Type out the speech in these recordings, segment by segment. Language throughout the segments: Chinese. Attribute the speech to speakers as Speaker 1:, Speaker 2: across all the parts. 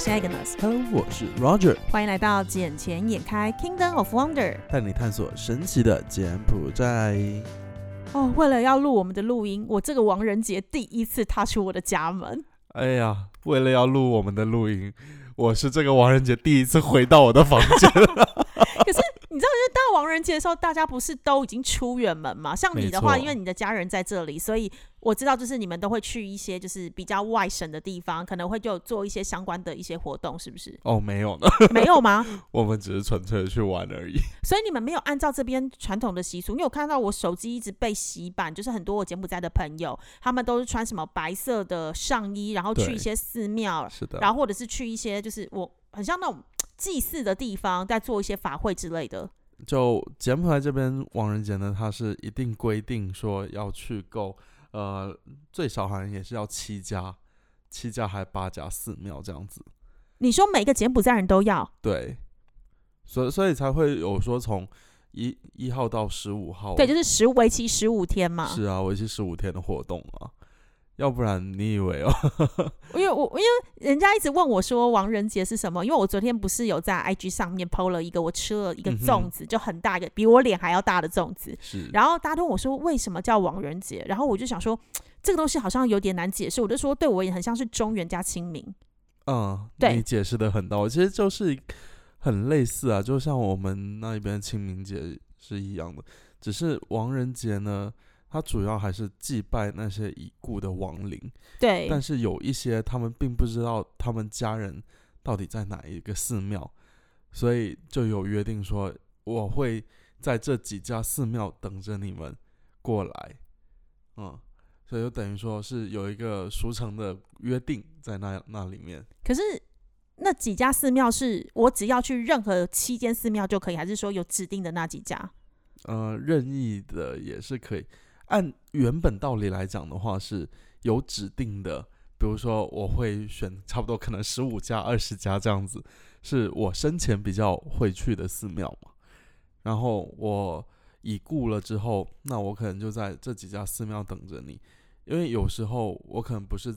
Speaker 1: 是 Agnes，
Speaker 2: Hello，我是 Roger，
Speaker 1: 欢迎来到《眼前眼开 Kingdom of Wonder》
Speaker 2: 带你探索神奇的柬埔寨。
Speaker 1: 哦。为了要录我们的录音，我这个王仁杰第一次踏出我的家门，
Speaker 2: 哎呀，为了要录我们的录音，我是这个王仁杰第一次回到我的房 间。
Speaker 1: 到王仁杰的时候，大家不是都已经出远门吗？像你的
Speaker 2: 没
Speaker 1: 话，
Speaker 2: 错？
Speaker 1: 因为你的家人在这里，所以我知道就是你们都会去一些就是比较外省的地方，可能会就做一些相关的一些活动，是不是
Speaker 2: 哦，没有呢，
Speaker 1: 没有吗？
Speaker 2: 我们只是纯粹去玩而已。
Speaker 1: 所以你们没有按照这边传统的习俗，因为我看到我手机一直被洗版，就是很多我柬埔寨的朋友，他们都是穿什么白色的上衣，然后去
Speaker 2: 对
Speaker 1: 一些寺庙，
Speaker 2: 是的，
Speaker 1: 然后或者是去一些就是我很像那种祭祀的地方，在做一些法会之类的。
Speaker 2: 就柬埔寨这边王仁杰呢，他是一定规定说要去够，呃，最少好像也是要七家，七家还八家寺庙这样子。
Speaker 1: 你说每个柬埔寨人都
Speaker 2: 哦
Speaker 1: 要，
Speaker 2: 对，所以所以才会有说从一一号到十五号，
Speaker 1: 对，就是十为期十五天嘛。
Speaker 2: 是啊，为期十五天的活动啊，要不然你 以为哦，
Speaker 1: 因为我因为人家一直问我说王仁杰是什么，因为我昨天不是有在 IG 上面 PO 了一个我吃了一个
Speaker 2: 嗯哼
Speaker 1: 粽子，就很大一个，比我脸还要大的粽子。
Speaker 2: 是
Speaker 1: 然后大家都问我说为什么叫王仁杰，然后我就想说这个东西好像有点难解释，我就说对我也很像是中原加清明，
Speaker 2: 嗯，
Speaker 1: 对
Speaker 2: 你解释的很到位，其实就是很类似啊，就像我们那一边清明节是一样的，只是亡人节呢，它主要还是祭拜那些已故的亡灵，
Speaker 1: 对，
Speaker 2: 但是有一些他们并不知道他们家人到底在哪一个寺庙，所以就有约定说我会在这几家寺庙等着你们过来，嗯，所以就等于说是有一个俗成的约定在那那里面。
Speaker 1: 可是那几家寺庙是我只要去任何七间寺庙就可以，还是说有指定的那几家？
Speaker 2: 呃，任意的也是可以。按原本道理来讲的话，是有指定的，比如说我会选差不多可能十五家、二十家这样子，是我生前比较会去的寺庙嘛。然后我已故了之后，那我可能就在这几家寺庙等着你，因为有时候我可能不是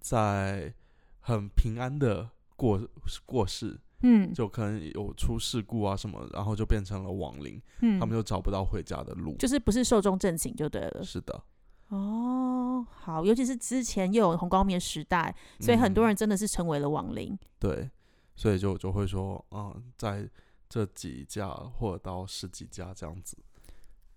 Speaker 2: 在很平安的过过世，
Speaker 1: 嗯
Speaker 2: 就可能有出事故啊什么，然后就变成了亡灵。
Speaker 1: 嗯
Speaker 2: 他们就找不到回家的路。
Speaker 1: 就是不是寿终正寝就对了。
Speaker 2: 是的，
Speaker 1: 哦，好，尤其是之前又有红光棉时代，所以很多
Speaker 2: 嗯
Speaker 1: 人真的是成为了亡灵。
Speaker 2: 对，所以就就会说，嗯，在这几家或者到十几家这样子。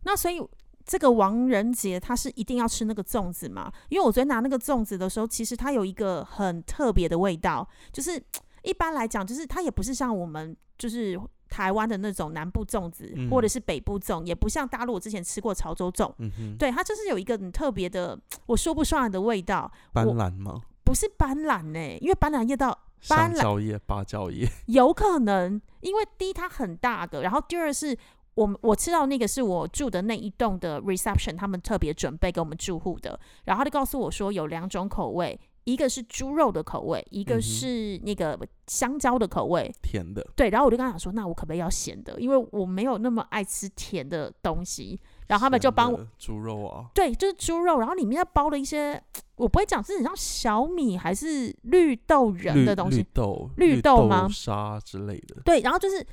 Speaker 1: 那所以这个王仁杰他是一定要吃那个粽子嘛？因为我昨天拿那个粽子的时候，其实它有一个很特别的味道，就是一般来讲，就是它也不是像我们就是台湾的那种南部粽子，
Speaker 2: 嗯
Speaker 1: 或者是北部粽，也不像大陆我之前吃过潮州粽。
Speaker 2: 嗯哼，
Speaker 1: 对，它就是有一个很特别的，我说不上来的味道，
Speaker 2: 斑
Speaker 1: 我
Speaker 2: 斓吗？
Speaker 1: 不是斑斓呢、因为斑斓叶到斑
Speaker 2: 香
Speaker 1: 斓
Speaker 2: 蕉叶、芭蕉叶，
Speaker 1: 有可能，因为第一它很大个，然后第二是我们我吃到那个是我住的那一栋的 reception，他们特别准备给我们住户的，然后他就告诉我说有两种口味，一个是猪肉的口味，一
Speaker 2: 嗯
Speaker 1: 个
Speaker 2: 哼
Speaker 1: 是那个香蕉的口味。
Speaker 2: 甜的。
Speaker 1: 对，然后我就跟他讲说，那我可不可以要咸的？因为我没有那么爱吃甜的东西。然后他们就
Speaker 2: 咸
Speaker 1: 帮我，
Speaker 2: 的猪肉啊，
Speaker 1: 对，就是猪肉，然后里面包了一些，我不会讲是很像小米还是绿豆仁
Speaker 2: 绿
Speaker 1: 的东西
Speaker 2: 绿，豆、
Speaker 1: 绿豆吗
Speaker 2: 沙之类的。
Speaker 1: 对，然后就是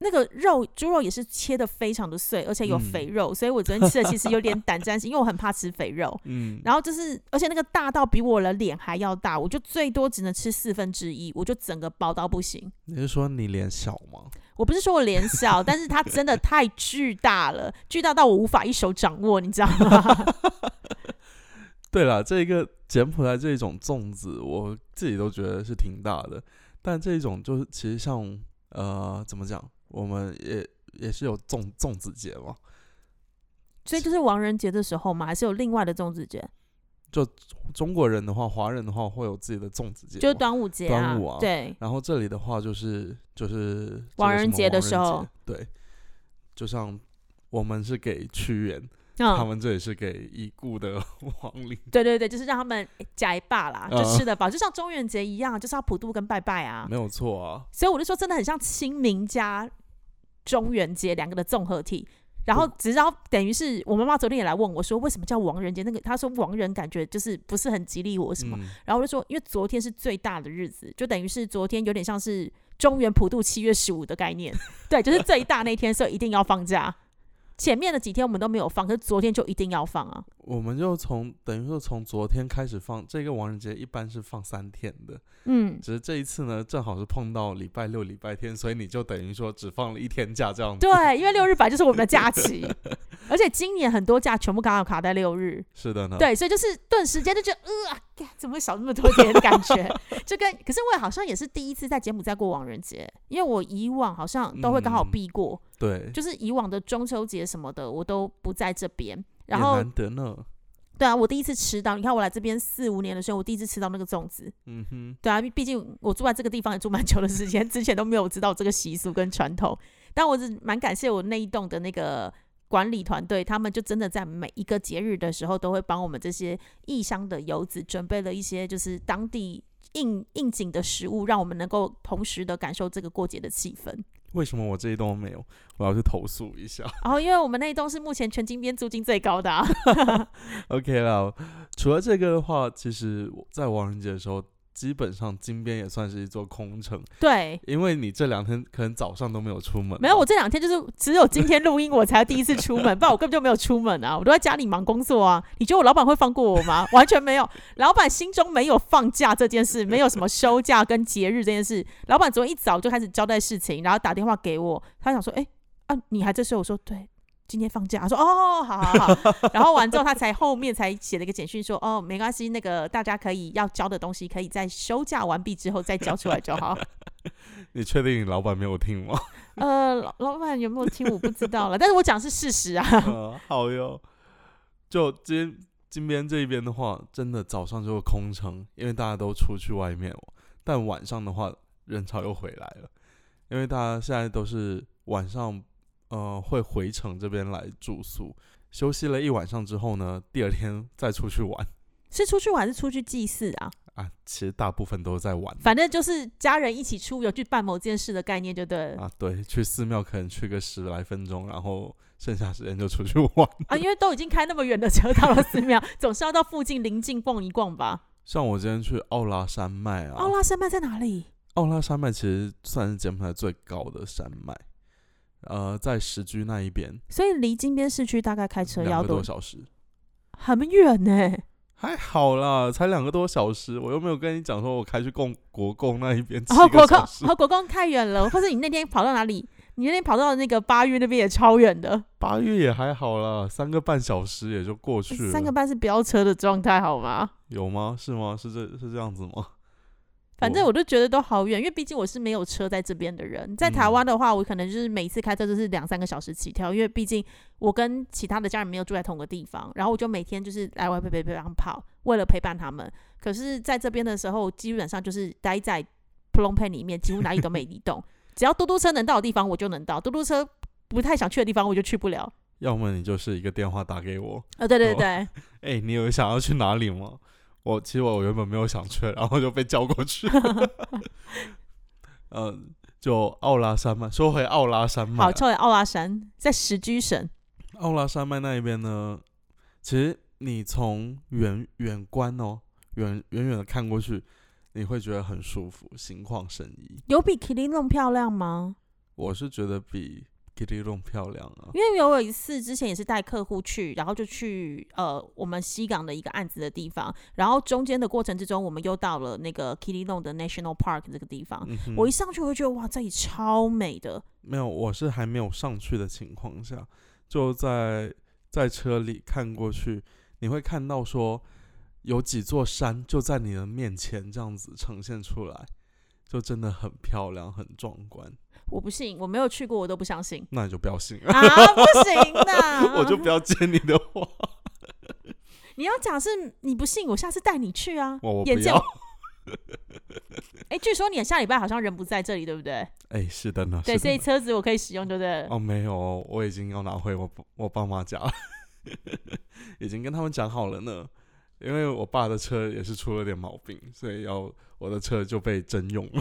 Speaker 1: 那个肉，猪肉也是切的非常的碎，而且有
Speaker 2: 嗯
Speaker 1: 肥肉，所以我昨天吃的其实有点胆战心，因为我很怕吃肥肉。
Speaker 2: 嗯，
Speaker 1: 然后就是，而且那个大到比我的脸还要大，我就最多只能吃四分之一，我就整个饱到不行。
Speaker 2: 你是说你脸小吗？
Speaker 1: 我不是说我脸小，但是它真的太巨大了，巨大到我无法一手掌握，你知道吗？
Speaker 2: 对了，这个柬埔寨这一种粽子，我自己都觉得是挺大的，但这一种就是其实像呃怎么讲，我们也也是有粽粽子节嘛，
Speaker 1: 所以就是王仁节的时候嘛，还是有另外的粽子节，
Speaker 2: 中国人的话，华人的话会有自己的粽子节嘛，
Speaker 1: 就是端午节啊，
Speaker 2: 端午啊
Speaker 1: 对，
Speaker 2: 然后这里的话就是就是
Speaker 1: 亡人节的
Speaker 2: 这个什么亡人
Speaker 1: 时候
Speaker 2: 节对，就像我们是给屈原，他
Speaker 1: 嗯，
Speaker 2: 们这里是给已故的 亡灵。
Speaker 1: 对对对，就是让他们假霸啦，就
Speaker 2: 嗯
Speaker 1: 吃得饱，就像中元节一样，就是要普渡跟拜拜啊。
Speaker 2: 没有错啊，
Speaker 1: 所以我就说，真的很像清明加中元节两个的综合体。然后直到等于是我妈妈昨天也来问我说，为什么叫亡人节？那个她说亡人感觉就是不是很吉利我什么。
Speaker 2: 嗯
Speaker 1: 然后我就说，因为昨天是最大的日子，就等于是昨天有点像是中原普渡七月十五的概念， 对，就是最大那天，所以一定要放假。前面的几天我们都没有放，可是昨天就一定要放啊。
Speaker 2: 我们就从等于说从昨天开始放这个亡人节，一般是放三天的，
Speaker 1: 嗯，
Speaker 2: 只是这一次呢，正好是碰到礼拜六、礼拜天，所以你就等于说只放了一天假这样子。
Speaker 1: 对，因为六日本来就是我们的假期， 而且今年很多假全部刚好卡在六日，
Speaker 2: 是的呢。
Speaker 1: 对，所以就是顿时间就觉得，呃，啊干怎么会少那么多天的感觉？ 就跟可是我也好像也是第一次在柬埔寨过亡人节，因为我以往好像都会刚好
Speaker 2: 嗯
Speaker 1: 避过，
Speaker 2: 对，
Speaker 1: 就是以往的中秋节什么的，我都不在这边。然
Speaker 2: 也
Speaker 1: 后
Speaker 2: 难得呢。
Speaker 1: 对啊，我第一次吃到，你看我来这边四五年的时候，我第一次吃到那个粽子。
Speaker 2: 嗯哼，
Speaker 1: 对啊，毕竟我住在这个地方也住蛮久的时间，之前都没有知道这个习俗跟传统。但我是蛮感谢我那一栋的那个管理团队，他们就真的在每一个节日的时候，都会帮我们这些异乡的游子准备了一些就是当地应应景的食物，让我们能够同时的感受这个过节的气氛。
Speaker 2: 为什么我这一栋没有？我要去投诉一下。
Speaker 1: 然后，因为我们那一栋是目前全金边租金最高的、啊，
Speaker 2: OK 啦，除了这个的话，其实我在亡人节的时候，基本上金边也算是一座空城，
Speaker 1: 对，
Speaker 2: 因为你这两天可能早上都没有出门嘛。
Speaker 1: 没有，我这两天就是只有今天录音，我才第一次出门，不然我根本就没有出门啊，我都在家里忙工作啊。你觉得我老板会放过我吗？ 完全没有，老板心中没有放假这件事，没有什么休假跟节日这件事。老板昨天一早就开始交代事情，然后打电话给我，他想说，哎、啊，你还在睡？我说对。今天放假，他说哦，好好好，然后完之后他才后面才写了一个简讯说哦，没关系，那个大家可以要交的东西可以在休假完毕之后再交出来就好。
Speaker 2: 你确定你老板没有听吗？
Speaker 1: 呃，老老板有没有听我不知道了，但是我讲的是事实啊。
Speaker 2: 嗯，好哟。就金金边这边的话，真的早上就会空城，因为大家都出去外面哦。但晚上的话，人潮又回来了，因为大家现在都是晚上，呃，会回城这边来住宿，休息了一晚上之后呢，第二天再出去玩
Speaker 1: 是出去玩还是出去祭祀啊？
Speaker 2: 啊。其实大部分都在玩
Speaker 1: 反正就是家人一起出游去办某件事的概念就对了啊
Speaker 2: 啊，对，去寺庙可能去个十来分钟，然后剩下时间就出去玩。
Speaker 1: 啊因为都已经开那么远的车到了寺庙，总是要到附近邻近逛一逛 吧。
Speaker 2: 像我今天去奥拉山脉啊，
Speaker 1: 奥拉山脉在哪里？
Speaker 2: 奥拉山脉其实算是柬埔寨最高的山脉，呃，在石居那一边，
Speaker 1: 所以离金边市区大概开车
Speaker 2: 两
Speaker 1: 要
Speaker 2: 个
Speaker 1: 多
Speaker 2: 多小时，
Speaker 1: 很远呢、
Speaker 2: 还好啦，才两个多小时，我又没有跟你讲说我开去贡国贡那一边七
Speaker 1: 然后
Speaker 2: 个
Speaker 1: 哦国
Speaker 2: 小
Speaker 1: 光，
Speaker 2: 时
Speaker 1: 然，后国光太远了，或者你那天跑到哪里？你那天跑到那个巴育那边也超远的，
Speaker 2: 八月也还好啦，三个半小时也就过去了，
Speaker 1: 三个半是飙车的状态，好吗？
Speaker 2: 有吗？是吗？是这是这样子吗？
Speaker 1: 反正我都觉得都好远，因为毕竟我是没有车在这边的人。在台湾的话，我可能就是每一次开车就是两三个小时起跳，因为毕竟我跟其他的家人没有住在同个地方，然后我就每天就是来回北北方跑，为了陪伴他们。可是在这边的时候，基本上就是待在 p l o m p e n 里面，几乎哪里都没移动，只要嘟嘟车能到的地方我就能到，嘟嘟车不太想去的地方我就去不了。
Speaker 2: 要么你就是一个电话打给我，
Speaker 1: 啊，对对
Speaker 2: 哦
Speaker 1: 对，
Speaker 2: 哎、你有想要去哪里吗？我其实我原本没有想去，然后就被叫过去。 嗯，就奥拉山脉，说回奥拉山脉
Speaker 1: 好，
Speaker 2: 啊，
Speaker 1: 跳回奥拉山，在石居省，
Speaker 2: 奥拉山脉那一边呢，其实你从远远观哦，远远远的看过去，你会觉得很舒服，心旷神怡。
Speaker 1: 有比麒麟弄漂亮吗？
Speaker 2: 我是觉得比 Kitty Room 漂亮啊，
Speaker 1: 因为有一次之前也是带客户去，然后就去呃我们西港的一个案子的地方，然后中间的过程之中，我们又到了那个 k i l i n o 的 National Park 这个地方。
Speaker 2: 嗯哼
Speaker 1: 我一上去，我就觉得哇，这里超美的。
Speaker 2: 没有，我是还没有上去的情况下，就在在车里看过去，你会看到说有几座山就在你的面前这样子呈现出来，就真的很漂亮，很壮观。
Speaker 1: 我不信，我没有去过，我都不相 信
Speaker 2: 那你就不要信了，
Speaker 1: 啊！不行的，
Speaker 2: 我就不要接你的话，
Speaker 1: 你要讲是你不信，我下次带你去啊。
Speaker 2: 我我不
Speaker 1: 眼见
Speaker 2: 要。
Speaker 1: 哎，据说你下礼拜好像人不在这里，对不对？
Speaker 2: 哎，是的呢，
Speaker 1: 对，
Speaker 2: 是
Speaker 1: 所以
Speaker 2: 的呢。
Speaker 1: 车子我可以使用，对不对？
Speaker 2: 哦，没有哦，我已经要拿回我爸我爸妈家了， 已经跟他们讲好了呢。因为我爸的车也是出了点毛病，所以要我的车就被征用了。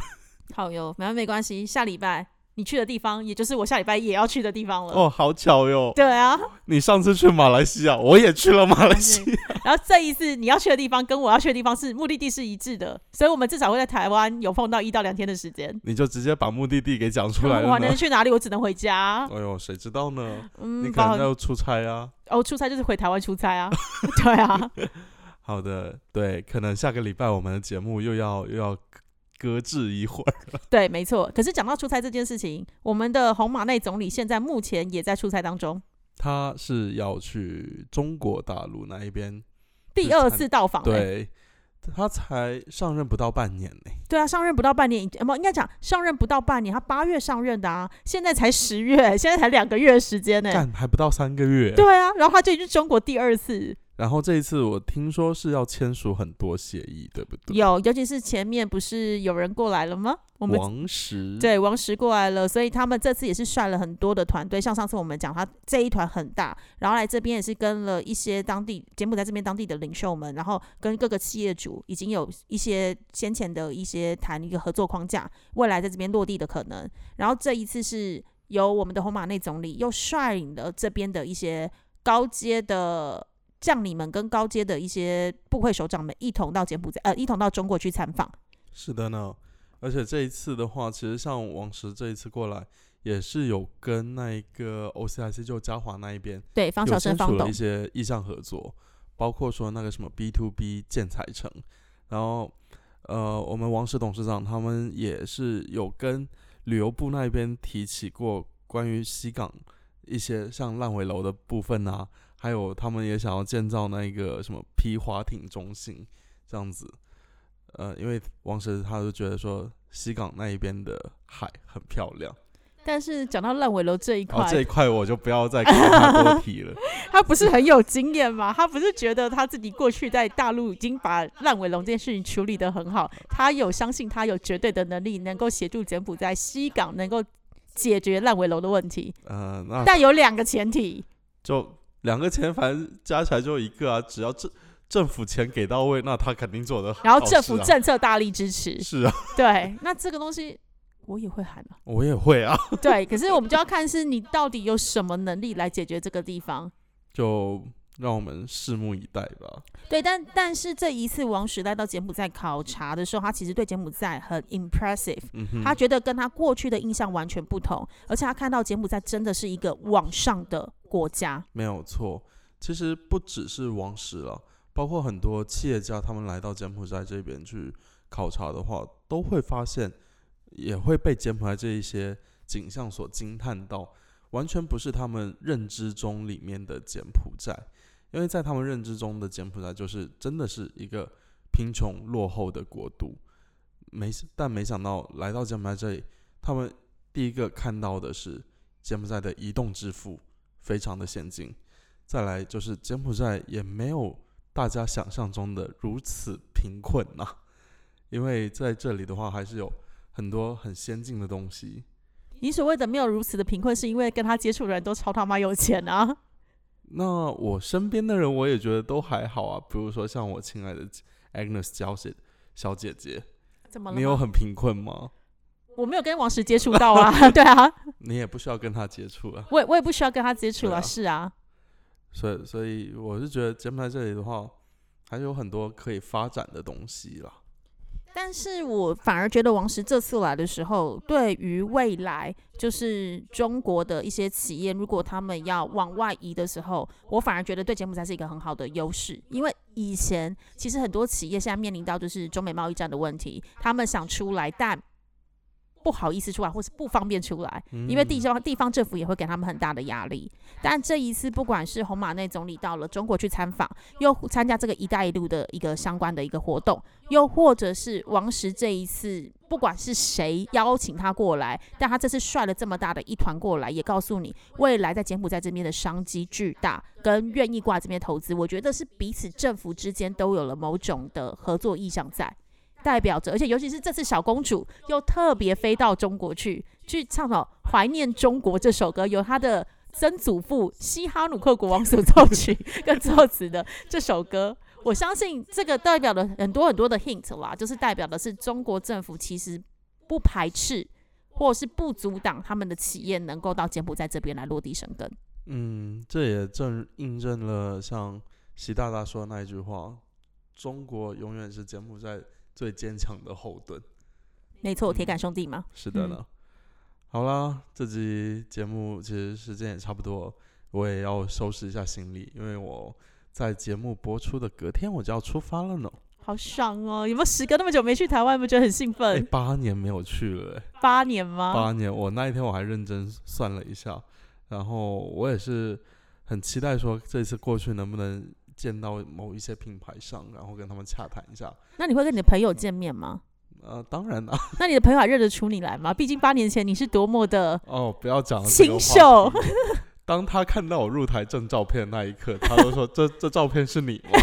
Speaker 1: 好哟，没没关系，下礼拜你去的地方，也就是我下礼拜也要去的地方了。
Speaker 2: 哦，好巧哟！
Speaker 1: 对啊，
Speaker 2: 你上次去马来西亚，我也去了马来西亚。
Speaker 1: 然后这一次你要去的地方跟我要去的地方是目的地是一致的，所以我们至少会在台湾有碰到一到两天的时间。
Speaker 2: 你就直接把目的地给讲出来
Speaker 1: 我
Speaker 2: 了
Speaker 1: 还
Speaker 2: 呢
Speaker 1: 能。去哪里？我只能回 家。
Speaker 2: 哎呦，谁知道呢？你
Speaker 1: 嗯，
Speaker 2: 可
Speaker 1: 包
Speaker 2: 能要出差啊。
Speaker 1: 哦，出差就是回台湾出差啊。 对啊，
Speaker 2: 好的，对，可能下个礼拜我们的节目又要又要搁置一会儿。
Speaker 1: 对，没错。可是讲到出差这件事情，我们的红马内总理现在目前也在出差当中，
Speaker 2: 他是要去中国大陆那一边，
Speaker 1: 第二次到访、欸。
Speaker 2: 对他才上任不到半年呢、
Speaker 1: 对啊，上任不到半年，呃不应该讲上任不到半年，他八月上任的啊，现在才十月，现在才两个月的时间呢、
Speaker 2: 干还不到三个月。
Speaker 1: 嗯对啊，然后他就已经是中国第二次，
Speaker 2: 然后这一次我听说是要签署很多协议，对不对？
Speaker 1: 有，尤其是前面不是有人过来了吗？我们
Speaker 2: 王石，
Speaker 1: 对王石过来了，所以他们这次也是率了很多的团队，像上次我们讲他这一团很大，然后来这边也是跟了一些当地柬埔寨这边当地的领袖们，然后跟各个企业主已经有一些先前的一些谈一个合作框架，未来在这边落地的可能。然后这一次是由我们的红马内总理又率领了这边的一些高阶的。将领们跟高阶的一些部会首长们一同到柬埔寨，呃，一同到中国去参访。
Speaker 2: 是的呢。而且这一次的话，其实像王石这一次过来，也是有跟那一个 OCIC 就嘉华那一边
Speaker 1: 对，方
Speaker 2: 有
Speaker 1: 小生、
Speaker 2: 签
Speaker 1: 方
Speaker 2: 署了
Speaker 1: 董
Speaker 2: 一，些意向合作，包括说那个什么 B to B 建材城，然后呃，我们王石董事长他们也是有跟旅游部那边提起过关于西港一些像烂尾楼的部分啊，还有他们也想要建造那个什么皮划艇中心这样子。呃，因为王石他就觉得说西港那一边的海很漂亮，
Speaker 1: 但是讲到烂尾楼这一块，
Speaker 2: 哦，这一块我就不要再跟他多提了。
Speaker 1: 他不是很有经验吗？他不是觉得他自己过去在大陆已经把烂尾楼这件事情处理得很好，他有相信他有绝对的能力，能够协助柬埔寨西港能够解决烂尾楼的问题。
Speaker 2: 呃，那
Speaker 1: 但有两个前提，
Speaker 2: 就两个钱，反正加起来就一个啊。只要政政府钱给到位，那他肯定做得好、
Speaker 1: 然后政府
Speaker 2: 好事啊
Speaker 1: 政策大力支 持。
Speaker 2: 是啊，
Speaker 1: 对，那这个东西。我也会喊 啊，
Speaker 2: 我也会啊。
Speaker 1: 对，可是我们就要看是你到底有什么能力来解决这个地方。
Speaker 2: 就让我们拭目以待吧。
Speaker 1: 对，但但是这一次王石来到柬埔寨考察的时候，他其实对柬埔寨很 impressive，
Speaker 2: 嗯哼，
Speaker 1: 他觉得跟他过去的印象完全不同，而且他看到柬埔寨真的是一个往上的国家。
Speaker 2: 没有错。其实不只是王石了，包括很多企业家，他们来到柬埔寨这边去考察的话，都会发现，也会被柬埔寨这一些景象所惊叹到，完全不是他们认知中里面的柬埔寨，因为在他们认知中的柬埔寨就是真的是一个贫穷落后的国度，没但没想到来到柬埔寨这里，他们第一个看到的是柬埔寨的移动支付，非常的先进。再来就是柬埔寨也没有大家想象中的如此贫困呐、因为在这里的话还是有很多很先进的东西。
Speaker 1: 你所谓的没有如此的贫困，是因为跟他接触的人都超他妈有钱啊！
Speaker 2: 那我身边的人我也觉得都还好啊，比如说像我亲爱的 Agnes 娇姐小姐姐，
Speaker 1: 怎么了吗？
Speaker 2: 你有很贫困吗？
Speaker 1: 我没有跟王石接触到啊，对啊，
Speaker 2: 你也不需要跟她接触啊。
Speaker 1: 我也我也不需要跟他接触
Speaker 2: 对
Speaker 1: 啊，
Speaker 2: 啊
Speaker 1: 是啊，
Speaker 2: 所以，所以我是觉得柬埔寨这里的话，还有很多可以发展的东西啦。
Speaker 1: 但是我反而觉得王石这次来的时候，对于未来就是中国的一些企业，如果他们要往外移的时候，我反而觉得对柬埔寨是一个很好的优势，因为以前其实很多企业现在面临到就是中美贸易战的问题，他们想出来，但不好意思出来，或是不方便出来，因为
Speaker 2: 嗯
Speaker 1: 地方地方政府也会给他们很大的压力。但这一次，不管是红马内总理到了中国去参访，又参加这个“一带一路”的一个相关的一个活动，又或者是王石这一次，不管是谁邀请他过来，但他这次率了这么大的一团过来，也告诉你未来在柬埔寨这边的商机巨大，跟愿意过来这边投资，我觉得是彼此政府之间都有了某种的合作意向在。代表着，而且尤其是这次小公主又特别飞到中国去，去唱了《怀念中国》这首歌，由她的曾祖父西哈努克国王所作曲跟作词的这首歌。我相信这个代表 了很多很多的 hint 啦，就是代表的是中国政府其实不排斥或是不阻挡他们的企业能够到柬埔寨这边来落地生根。
Speaker 2: 嗯，这也正印证了像习大大说的那一句话：“中国永远是柬埔寨最坚强的后盾。
Speaker 1: 没错，铁杆兄弟嘛。”
Speaker 2: 是的
Speaker 1: 嗯
Speaker 2: 呢。好啦，这集节目其实时间也差不多，我也要收拾一下行李，因为我在节目播出的隔天我就要出发了呢。
Speaker 1: 好爽哦！有没有时隔那么久没去台湾，有没有觉得很兴
Speaker 2: 哎、
Speaker 1: 奋？
Speaker 2: 八年没有去了、哎
Speaker 1: 八年吗？
Speaker 2: 八年，我那一天我还认真算了一下，然后我也是很期待说这次过去能不能见到某一些品牌商，然后跟他们洽谈一下。
Speaker 1: 那你会跟你的朋友见面吗？
Speaker 2: 呃，当然啦，
Speaker 1: 那你的朋友还认得出你来吗？毕竟八年前你是多么的……
Speaker 2: 哦，不要讲了这
Speaker 1: 清
Speaker 2: 个话
Speaker 1: 秀
Speaker 2: 题当他看到我入台证照片那一刻，他都说：“这这照片是你吗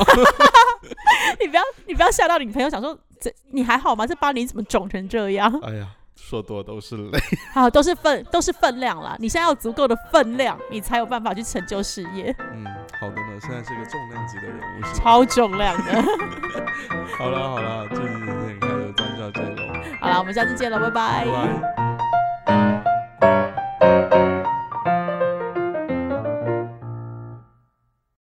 Speaker 1: 你不要，你不要吓到你朋友，想说这你还好吗？这八年怎么肿成这样？？”
Speaker 2: 哎呀，说多都是泪。
Speaker 1: 好，都是分，都是分量啦。你现在要足够的分量，你才有办法去成就事业，
Speaker 2: 嗯，好的呢，现在是个重量级的人物，是吧
Speaker 1: 超重量 的。
Speaker 2: 好了好了，这期影片就到这里了，
Speaker 1: 好啦，我们下次见了，拜
Speaker 2: 拜拜。